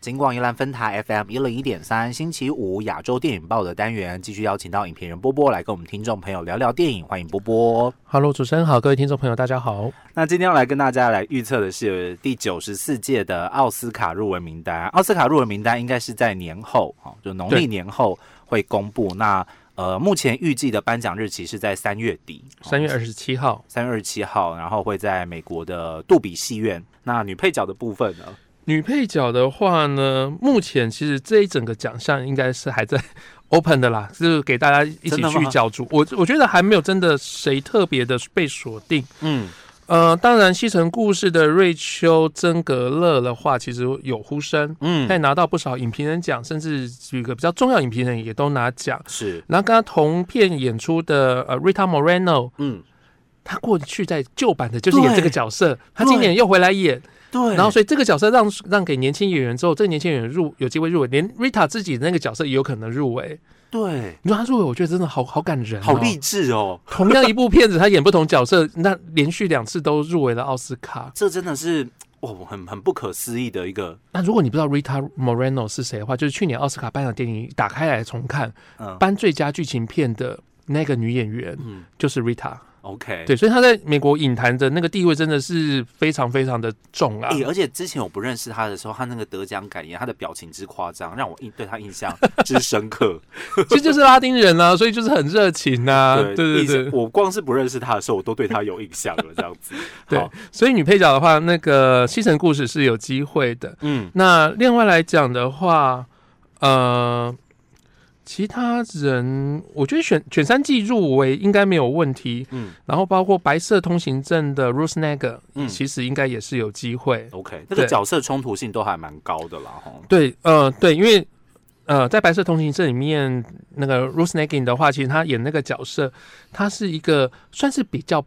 金广宜兰分台 FM 一零一点三，星期五亚洲电影报的单元，继续邀请到影评人波波来跟我们听众朋友聊聊电影，欢迎波波。 Hello，主持人好，各位听众朋友，大家好。那今天要来跟大家来预测的是第九十四届的奥斯卡入围名单。奥斯卡入围名单应该是在年后，哦，就农历对年后会公布。那呃，目前预计的颁奖日期是在三月底，哦三月二十七号，三月二十七号，然后会在美国的杜比戏院。那女配角的部分呢？女配角的话呢，目前其实这一整个奖项应该是还在 open 的啦，就是给大家一真起的吗去角逐。我我觉得还没有真的谁特别的被锁定。嗯，呃，当然，《西城故事》的瑞秋·真格勒的话，其实有呼声，嗯他也拿到不少影评人奖，甚至几个比较重要影评人也都拿奖。是，然后跟他同片演出的呃 Rita Moreno，嗯，他过去在旧版的就是演对这个角色，他今年又回来演，对然后所以这个角色让让给年轻演员之后，这个年轻演员入有机会入围，连 Rita 自己的那个角色也有可能入围。对，你说他入围，我觉得真的好好感人、好励。志哦。同样一部片子，他演不同角色，那连续两次都入围了奥斯卡。这真的是哇，很很不可思议的一个，那如果你不知道 Rita Moreno 是谁的话，就是去年奥斯卡颁奖典礼打开来重看，嗯颁最佳剧情片的那个女演员嗯就是 Rita。 ，OK，对，所以她在美国影坛的那个地位真的是非常非常的重啊。诶而且之前我不认识他的时候，他那个得奖感言，他的表情之夸张，让我印对他印象之深刻。 其实就是拉丁人啊，所以就是很热情 啊。对对一直对我光是不认识他的时候，我都对他有印象了，这样子。 对好，所以女配角的话，那个西城故事是有机会的。嗯，那另外来讲的话，呃，其他人我觉得选选三季入围应该没有问题。嗯嗯，然后包括白色通行证的 Rose Nag，嗯嗯，其实应该也是有机会。 OK，那个对角色冲突性都还蛮高的啦，哈。对，呃，对，因为呃，在白色通行证里面，那个 Rose Nag 的话，其实他演那个角色，他是一个算是比较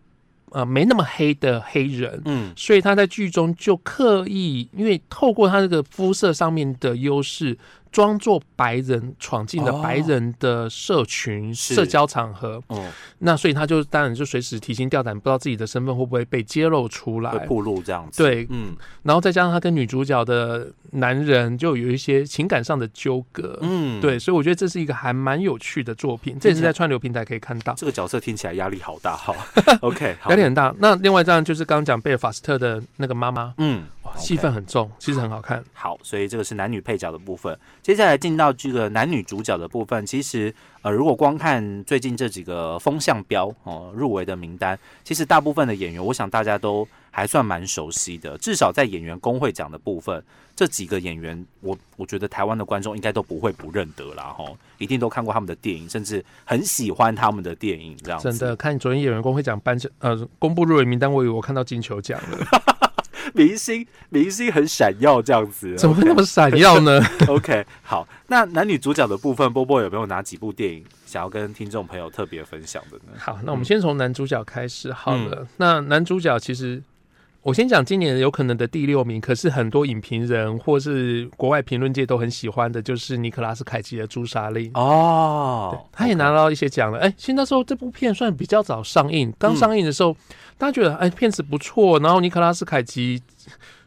呃没那么黑的黑人。嗯所以他在剧中就刻意，因为透过他这个肤色上面的优势，装作白人闯进了哦白人的社群、是社交场合。哦，那所以他就当然就随时提心吊胆，不知道自己的身份会不会被揭露出会来。铺路这样子。，对，嗯然后再加上他跟女主角的男人就有一些情感上的纠葛。嗯，对，，所以我觉得这是一个还蛮有趣的作品，这也是在串流平台可以看到。这个角色听起来压力好 大哈。OK，好 压力很大。那另外这样就是刚刚讲贝尔法斯特的那个妈妈，嗯，哇， OK 戏份很重，其实很好看。好，所以这个是男女配角的部分。接下来进到这个男女主角的部分，其实呃，如果光看最近这几个风向标哦、入围的名单，其实大部分的演员，我想大家都还算蛮熟悉的，至少在演员工会奖的部分，这几个演员，我我觉得台湾的观众应该都不会不认得啦，哈，一定都看过他们的电影，甚至很喜欢他们的电影，这样子。真的，看昨天演员工会奖颁奖，呃，公布入围名单，我以为我看到金球奖了，明星明星很闪耀这样子，怎么会那么闪耀呢？ OK，好，那男女主角的部分，波波有没有哪几部电影想要跟听众朋友特别分享的呢？好，那我们先从男主角开始好了。那男主角其实。我先讲今年有可能的第六名，可是很多影评人或是国外评论界都很喜欢的，就是尼克拉斯凯奇的《朱砂令》对哦，他也拿到一些奖了。哎、其实那时候这部片算比较早上映，刚上映的时候，大家觉得哎、片子不错，然后尼可拉斯凯奇，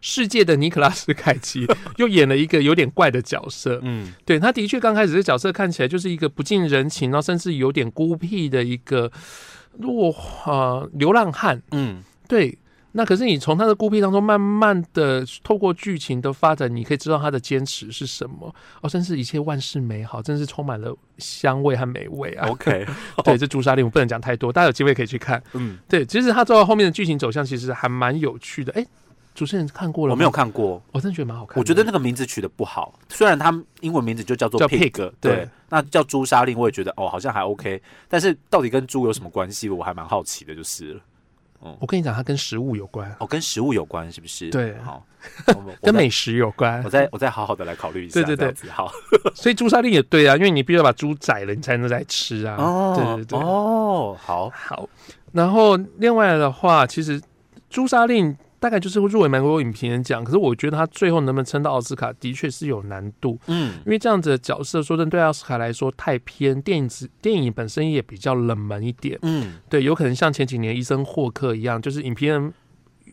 世界的尼可拉斯凯奇又演了一个有点怪的角色。嗯对，他的确刚开始这角色看起来就是一个不近人情，然后甚至有点孤僻的一个落啊、流浪汉。嗯，对。那可是你从他的孤僻当中，慢慢的透过剧情的发展，你可以知道他的坚持是什么哦，真是一切万事美好，真是充满了香味和美味啊。 OK，对，这朱砂令我不能讲太多，大家有机会可以去看。嗯，对，其实它最后后面的剧情走向其实还蛮有趣的。哎，主持人看过了我吗？没有，看过， 我真的觉得蛮好看的。我觉得那个名字取得不好，虽然他英文名字就叫做叫 Pig， Pig，对，对那叫朱砂令，我也觉得哦，好像还 OK，但是到底跟猪有什么关系，我还蛮好奇的，就是了我跟你讲，它跟食物有关，哦，跟食物有关是不是？对 好，我们我再跟美食有关我，再我再好好的来考虑一下，对对对这样子，好，所以朱砂令也对啊，因为你必须要把猪宰了，你才能来吃啊。对对对。哦，好，好，然后另外的话，其实朱砂令。大概就是入围蛮多影评人奖，可是我觉得他最后能不能撑到奥斯卡，的确是有难度。嗯因为这样子的角色，说真的，对奥斯卡来说太偏，电影子 电影本身也比较冷门一点。嗯，对，有可能像前几年医生霍克一样，就是影片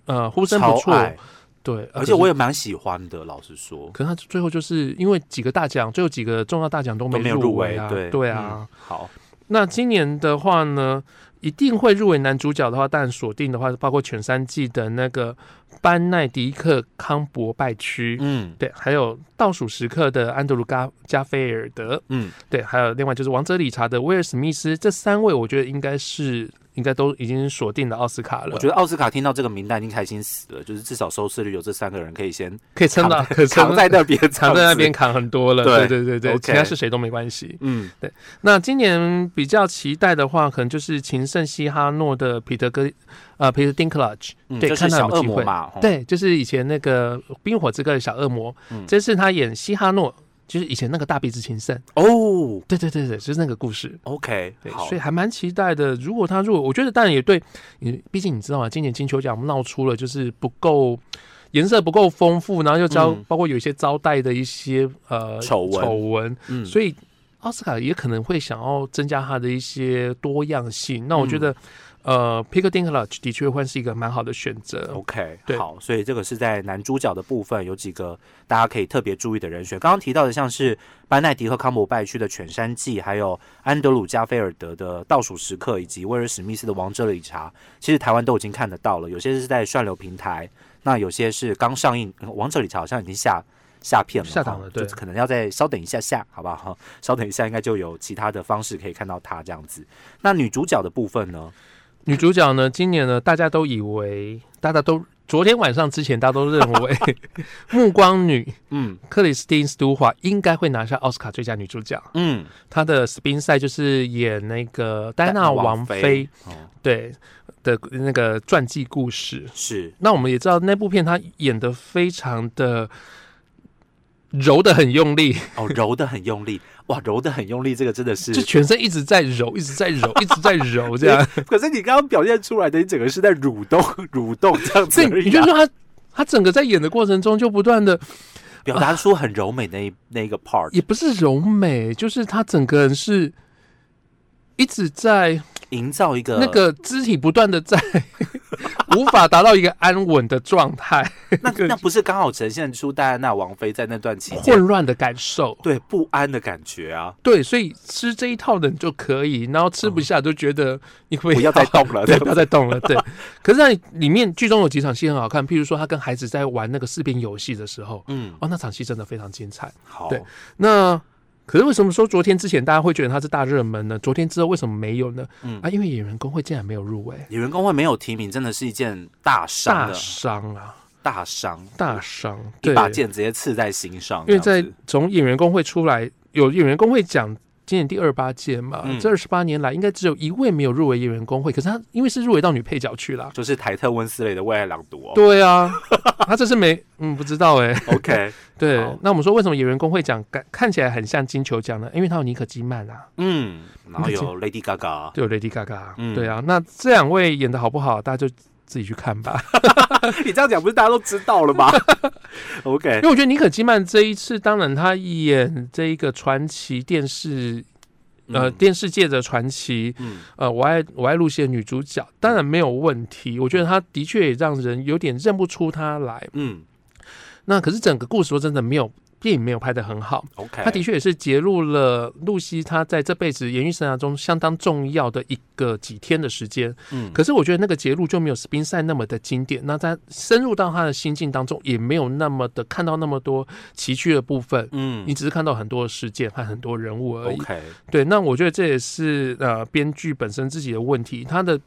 呃呼声不超错爱，对，而且我也蛮喜欢的，老实说。可是他最后就是因为几个大奖，最后几个重要大奖都都没没有入围围啊，，对对啊。嗯好，那今年的话呢，一定会入围男主角的话，但锁定的话包括全三季的那个班奈迪克康伯拜区。嗯对，还有倒数时刻的安德鲁加加菲尔德，嗯，对，还有另外就是王者理查德、威尔史密斯这三位，我觉得应该是应该都已经锁定了奥斯卡了。我觉得奥斯卡听到这个名单已经开心死了，就是至少收视率有这三个人可以先可以撑到，可以撑扛在那边，藏在那边。扛很多了，对对对对对， OK 其他是谁都没关系。嗯，那今年比较期待的话，可能就是情圣西哈诺的彼得哥，呃，彼得丁克拉奇，嗯对就看是小到有没有恶机魔会嘛，哦吼，对，就是以前那个《冰火之歌》的小恶魔，嗯这是他演西哈诺，就是以前那个大鼻子情圣，哦对对对对，就是那个故事。 ，OK，对，好所以，还蛮期待的。如果他入围，我觉得当然也对你，毕竟你知道吗？今年金球奖闹出了就是不够颜色不够丰富，然后又招、嗯包括有一些招待的一些呃丑闻丑闻，嗯，所以奥斯卡也可能会想要增加它的一些多样性。那我觉得，呃 p i c k d i n k l a g e 的确会是一个蛮好的选择。 OK，嗯对好，所以这个是在男主角的部分有几个大家可以特别注意的人选。刚刚提到的像是班奈迪和康伯拜区的《犬山记》，还有安德鲁加菲尔德的《倒数时刻》，以及威尔史密斯的《王者理查》，其实台湾都已经看得到了。有些是在串流平台，那有些是刚上映，呃《王者理查》好像已经下。下片了哈，下档了对就可能要再稍等一下下，好不好？ 哈稍等一下，应该就有其他的方式可以看到它这样子。那女主角的部分呢？女主角呢，今年呢，大家都以为，大家都昨天晚上之前，大家都认 为暮光女嗯克里斯汀·斯图华应该会拿下奥斯卡最佳女主角。嗯，她的 spin 赛就是演那个戴安娜王妃哦对的那个传记故事。是那我们也知道那部片她演的非常的揉的很用力，哦，揉的很用力， 哇，揉的很用力，这个真的是就。全身一直在揉， 一直在揉，一直在 揉这样。可是你刚刚表现出来的，你整个是在蠕动、 蠕动这样子所以而已啊、你就说她她整个在演的过程中就不断的， 表达出很柔美那一那一个 part，也不是柔美，就是她整个人是一直在营造一个那个肢体不断的在 无法达到一个安稳的 状态，那那不是刚好呈现出戴安娜王妃在那段期间混乱的感受。对不安的感觉啊？对，所以吃这一套的你就可以，然后吃不下就觉得你可不可以不要啊再动了，对，对不要再动了。对， 可是在里面剧中有几场戏很好看，譬如说他跟孩子在玩那个四边游戏的时候，嗯，哦，那场戏真的非常精彩。好，对那可是为什么说昨天之前大家会觉得它是大热门呢？昨天之后为什么没有呢？嗯啊，因为演员工会竟然没有入围，演员工会没有提名，真的是一件大伤大的伤啊，大伤，大伤，一对，把剑直接刺在心上，因为这样在子从演员工会出来，有演员工会奖，今年第二八届嘛，嗯这二十八年来应该只有一位没有入围演员工会，可是他因为是入围到女配角去了。就是台特温斯雷的为爱朗读哦对啊，他这是没，嗯，不知道哎、 ，OK，对好，那我们说为什么演员工会奖看看起来很像金球奖呢？因为他有妮可基曼啊，嗯，然后那这有 Lady Gaga，对，有 Lady Gaga，、嗯对啊，那这两位演的好不好，大家就自己去看 吧。你这样讲不是大家都知道了 吗？OK，因为我觉得妮可基曼这一次，当然她演这一个传奇电视，呃，嗯电视界的传奇，嗯呃，我爱我爱露西的女主角，当然没有问题。我觉得她的确也让人有点认不出她来。嗯那可是整个故事说真的没有，电影没有拍得很好。 ，OK，她的确也是揭露了露西她在这辈子演艺生涯中相当重要的一个几天的时间。嗯可是我觉得那个揭露就没有斯宾塞那么的经典。那在深入到她的心境当中，也没有那么的看到那么多崎岖的部分。嗯你只是看到很多事件和很多人物而已。 ，OK，对，那我觉得这也是呃编剧本身自己的问题。他的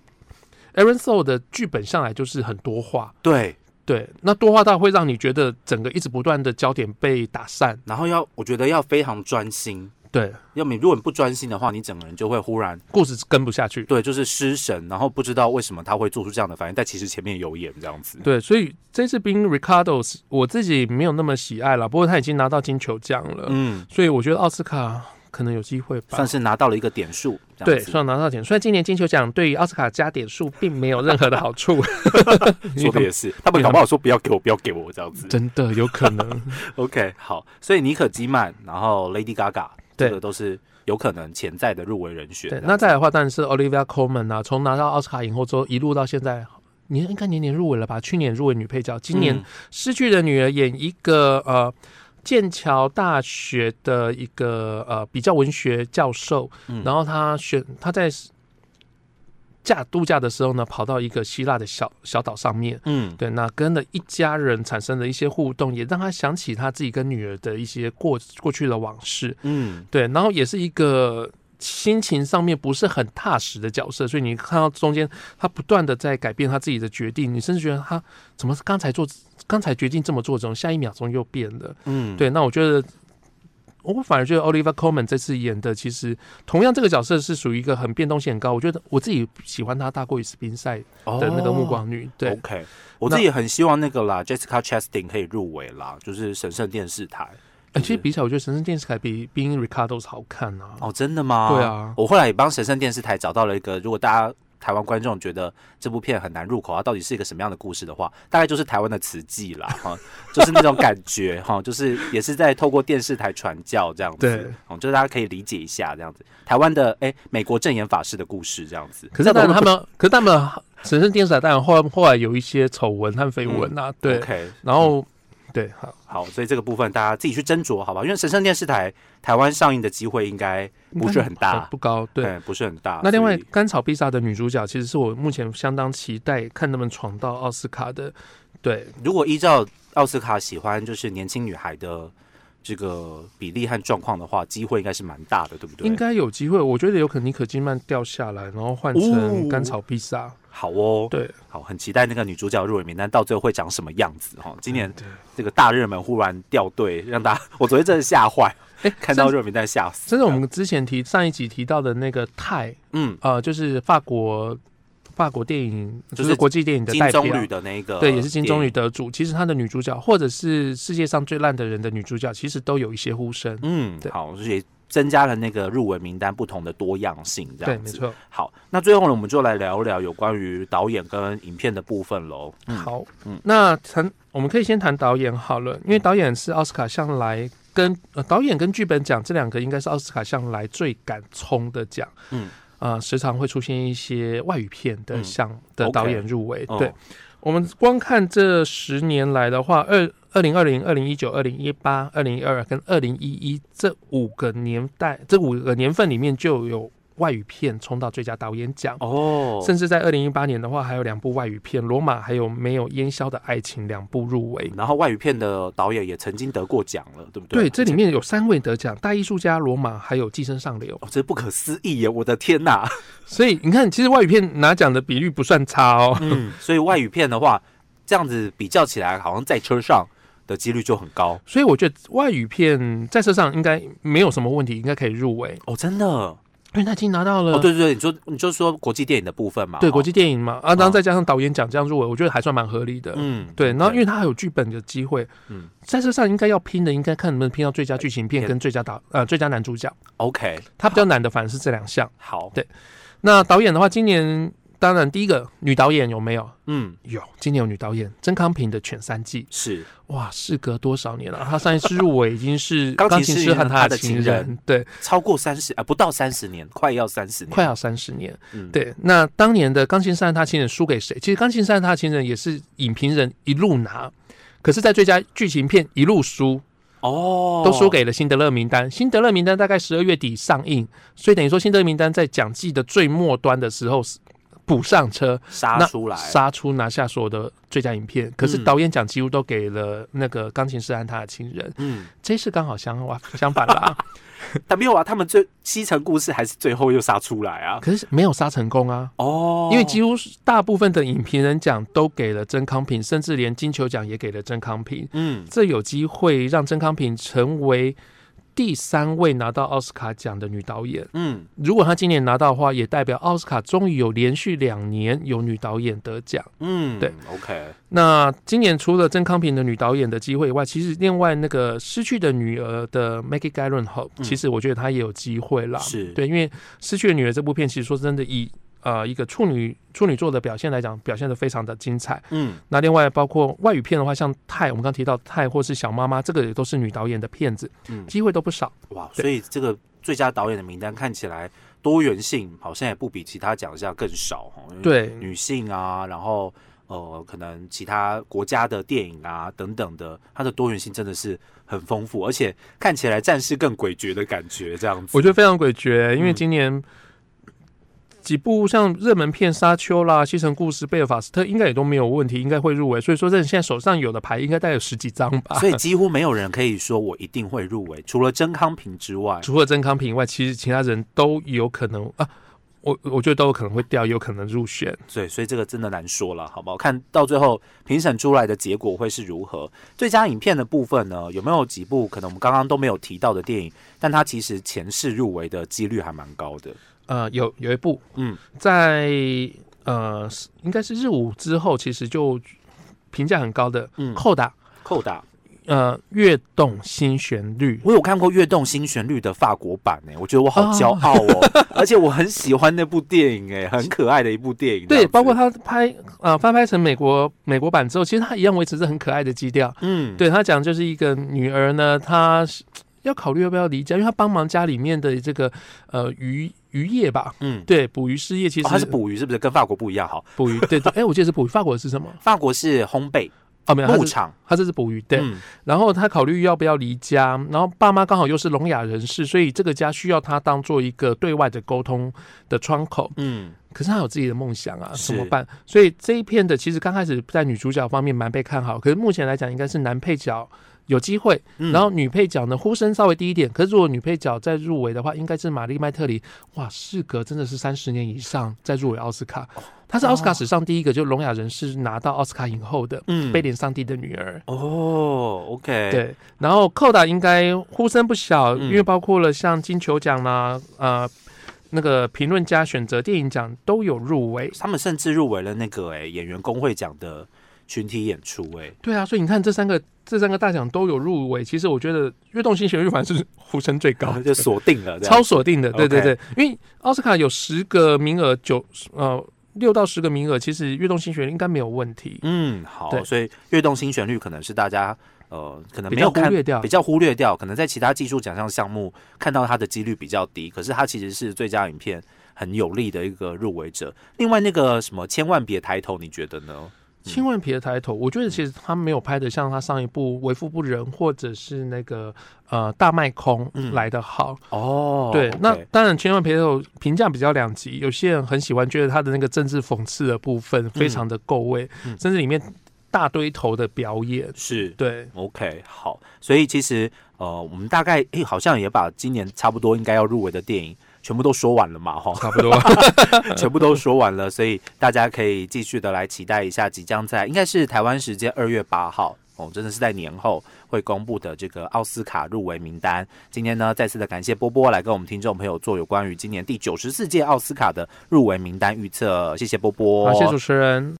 Aaron s o u 的剧本上来就是很多话，对，对，那多话到会让你觉得整个一直不断的焦点被打散，然后要我觉得要非常专心，对，要么如果你不专心的话，你整个人就会忽然故事跟不下去，对，就是失神，然后不知道为什么他会做出这样的反应，但其实前面有演这样子，对，所以这次冰 Ricardo 是我自己没有那么喜爱了，不过他已经拿到金球奖了，嗯，所以我觉得奥斯卡可能有机会吧算。是拿到了一个点数，这对，样子，算拿到点。虽然今年金球奖对于奥斯卡加点数并没有任何的好处， 说的也是，他们搞不好说不要给我，不要给我这样子 真的有可能。 ，OK，好，所以妮可基曼，然后 Lady Gaga，对这个都是有可能潜在的入围人选，对，这样那子再来的话，当然是 Olivia Colman 啊，从拿到奥斯卡影后之后，一路到现在年应该年年入围了吧？去年入围女配角，今年《嗯失去的女儿》演一个呃剑桥大学的一个呃比较文学教授，嗯然后他选他在假度假的时候呢，跑到一个希腊的小小岛上面，嗯对，那跟了一家人产生的一些互动，也让他想起他自己跟女儿的一些过过去的往事。嗯对，然后也是一个心情上面不是很踏实的角色，所以你看到中间他不断的在改变他自己的决定，你甚至觉得他怎么刚才做刚才决定这么做，怎么下一秒钟又变了？嗯，对，那我觉得。我反而觉得 Oliver Coleman 这次演的，其实同样这个角色是属于一个很变动性很高，我觉得我自己喜欢他大过于斯宾塞的的那个目光女。对哦 OK，我自己也很希望那个啦，Jessica Chastain 可以入围啦，就是神圣电视台。欸，其实比起来，我觉得《神圣电视台》比《冰 Ricardos》好看啊。哦，真的吗？对，啊，我后来也帮神圣电视台找到了一个，如果大家台湾观众觉得这部片很难入口，它啊到底是一个什么样的故事的话，大概就是台湾的慈济 啦，哈，就是那种感觉哈，就是也是在透过电视台传教这样子， 对，哦，就是大家可以理解一下这样子，台湾的哎、美国正言法师的故事这样子，可是当然他们，可是他们《神圣电视台》当然后后来有一些丑闻和绯闻啊，对嗯 OK，嗯然后对，好，好，所以这个部分大家自己去斟酌好吧，因为神圣电视台台湾上映的机会应该不是很大，嗯不高，对。哎不是很大。那另外，所以《甘草披萨》的女主角其实是我目前相当期待看他们闯到奥斯卡的，对，如果依照奥斯卡喜欢就是年轻女孩的这个比例和状况的话，机会应该是蛮大的，对不对？应该有机会。我觉得有可能妮可基曼掉下来，然后换成甘草披萨，好哦，对，好，很期待那个女主角入围名单到最后会长什么样子哈。今年对。这个大热门忽然掉队，让大家我昨天真的吓坏，哎、看到甚热门名单吓死。甚至我们之前提上一集提到的那个泰，嗯，呃，就是法国法国电影，就就是是国际电影的金代表啊棕，榈的那个对，也是金棕榈电影。得主。其实她的女主角，或者是世界上最烂的人的女主角，其实都有一些呼声。嗯，对好，所以增加了那个入围名单不同的多样性，这对，样没子。错。好，那最后呢，我们就来聊一聊有关于导演跟影片的部分喽。嗯，好，嗯那谈我们可以先谈导演好了，因为导演是奥斯卡向来跟呃导演跟剧本奖这两个应该是奥斯卡向来最敢冲的奖。嗯，呃，时常会出现一些外语片的嗯项、的 OK 导演入围。哦对，我们光看这十年来的话，二二零二零、二零一九、二零一八、二零二跟二零一一这五个年代，这五个年份里面就有外语片冲到最佳导演奖。哦，甚至在二零一八年的话，还有两部外语片《罗马》还有《没有烟消的爱情》两部入围。然后外语片的导演也曾经得过奖了，对不对？对，这里面有三位得奖：大艺术家、罗马，还有寄生上流。哦，这不可思议耶！我的天哪，所以你看，其实外语片拿奖的比率不算差哦。 嗯， 所以外语片的话，这样子比较起来，好像在车上的几率就很高所以我觉得外语片在车上应该没有什么问题，应该可以入围，哦哦，真的哦，因为他已经拿到了、对对对，你说你就说国际电影的部分嘛，对哦国，际电影嘛，啊，然嗯后再加上导演奖这样入围，我觉得还算蛮合理的。嗯，对，然后因为他还有剧本的机会，嗯嗯，在车上应该要拼的，应该看能不能拼到最佳剧情片片跟最佳导呃最佳男主角， OK，他比较难的反而是这两项。好，那导演的话，今年当然第一个女导演有没有？嗯，有，今年有女导演曾康平的《犬三季是》，哇，事隔多少年了、啊 她上一次入围已经是钢琴钢琴师师和和他他的的情情人嗯人，对，超过三十啊，不到三十年，快要三十年，快要三十年。嗯，对，那当年的《钢琴师和他情人》输给谁？其实《钢琴师和他情人》也是影评人一路拿，可是，在最佳剧情片一路输，哦，都输给了《辛德勒名单》。《辛德勒名单》大概十二月底上映，所以等于说，《辛德勒名单》在讲季的最末端的时候补上车，杀那出来，杀出拿下所有的最佳影片，可是嗯导演奖几乎都给了那个钢琴师和他的情人，嗯，这次刚好相哇相反 啦，但没有啊，他们最西城故事还是最后又杀出来啊，可是没有杀成功啊，哦，因为几乎大部分的影评人奖都给了曾康平，甚至连金球奖也给了曾康平，嗯这有机会让曾康平成为第三位拿到奥斯卡奖的女导演。嗯，如果她今年拿到的话，也代表奥斯卡终于有连续两年有女导演得奖。嗯，对，OK，那今年除了曾康平的女导演的机会以外，其实另外那个《失去的女儿》的 Maggie g a r e n Hope，、嗯其实我觉得她也有机会啦。是啊对，因为《失去的女儿》这部片，其实说真的以，呃一个处女处女座的表现来讲，表现的非常的精彩。嗯那另外包括外语片的话，像泰，我们刚提到泰或是小妈妈，这个也都是女导演的片子，嗯，机会都不少。哇，对所以这个最佳导演的名单看起来多元性好像也不比其他奖项更少哈，因为对，女性啊，然后呃可能其他国家的电影啊等等的，它的多元性真的是很丰富，而且看起来战事更诡谲的感觉，这样子。我觉得非常诡谲，欸嗯因为今年几部像热门片《沙丘》啦，《西城故事》、《贝尔法斯特》应该也都没有问题，应该会入围。所以说，这现在手上有的牌应该大概有十几张吧。所以几乎没有人可以说我一定会入围，除了曾康平之外，除了曾康平以外，其实其他人都有可能啊。我我觉得都有可能会掉，也有可能入选。对，所以这个真的难说了，好不好？看到最后评审出来的结果会是如何？最佳影片的部分呢，有没有几部可能我们刚刚都没有提到的电影？但它其实前世入围的几率还蛮高的。呃，有有一部，嗯，在呃应该是日舞之后，其实就评价很高的嗯《扣打》扣打，呃，《跃动新旋律》。我有看过《跃动新旋律》的法国版欸诶、我觉得我好骄傲哦， 而且我很喜欢那部电影诶、很可爱的一部电影。这对，样子包括他拍呃翻拍成美国美国版之后，其实他一样维持着很可爱的基调。嗯，对他讲就是一个女儿呢，她是要考虑要不要离家，因为她帮忙家里面的这个呃渔渔业吧，嗯，对捕鱼事业其实、哦它是捕鱼是不是跟法国不一样？好，捕鱼，对对，哎、我记得是捕鱼，法国是什 么？法国是烘焙哦，没有，牧他是场，他这是捕鱼，对。嗯然后他考虑要不要离家，然后爸妈刚好又是聋哑人士，所以这个家需要他当做一个对外的沟通的窗口。嗯可是他有自己的梦想啊，是怎么办？所以这一片的其实刚开始在女主角方面蛮被看好，可是目前来讲应该是男配角有机会，嗯然后女配角呢呼声稍微低一点。可是如果女配角再入围的话，应该是玛丽麦特里，哇，事隔真的是三十年以上再入围奥斯卡，哦她是奥斯卡史上第一个就聋哑人士拿到奥斯卡影后的嗯《悲怜上帝的女儿》。哦，OK，，对，然后扣打应该呼声不小，嗯因为包括了像金球奖啦、呃，那个评论家选择电影奖都有入围。他们甚至入围了那个哎、演员工会奖的群体演出哎、对啊，所以你看这三个这三个大奖都有入围，其实我觉得《跃动新旋律》反而是呼声最高然后啊就锁定了这样超锁定的。对对对，因为奥斯卡有十个名额，九呃六到十个名额，其实《跃动新旋律》应该没有问题，嗯，好，对所以跃动新旋律可能是大家呃可能比没较有忽看略掉比。较忽略掉，可能在其他技术奖项项目看到它的几率比较低，可是它其实是最佳影片很有力的一个入围者。另外那个什么，千万别抬头，你觉得呢？千万别抬头，我觉得其实他没有拍的像他上一部《为富不仁》或者是那个呃《大卖空嗯》来的好。哦对那当然千万别抬头评价比较两极，有些人很喜欢，觉得他的那个政治讽刺的部分非常的够味，嗯甚至里面大堆头的表演。是对， OK，好，所以其实呃，我们大概诶、好像也把今年差不多应该要入围的电影全部都说完了嘛，哈，差 不多。 全部都说完了，所以大家可以继续的来期待一下，即将在应该是台湾时间二月八号。哦，真的是在年后会公布的这个奥斯卡入围名单。今天呢，再次的感谢波波来跟我们听众朋友做有关于今年第九十四届奥斯卡的入围名单预测，谢谢波波，好，谢谢主持人。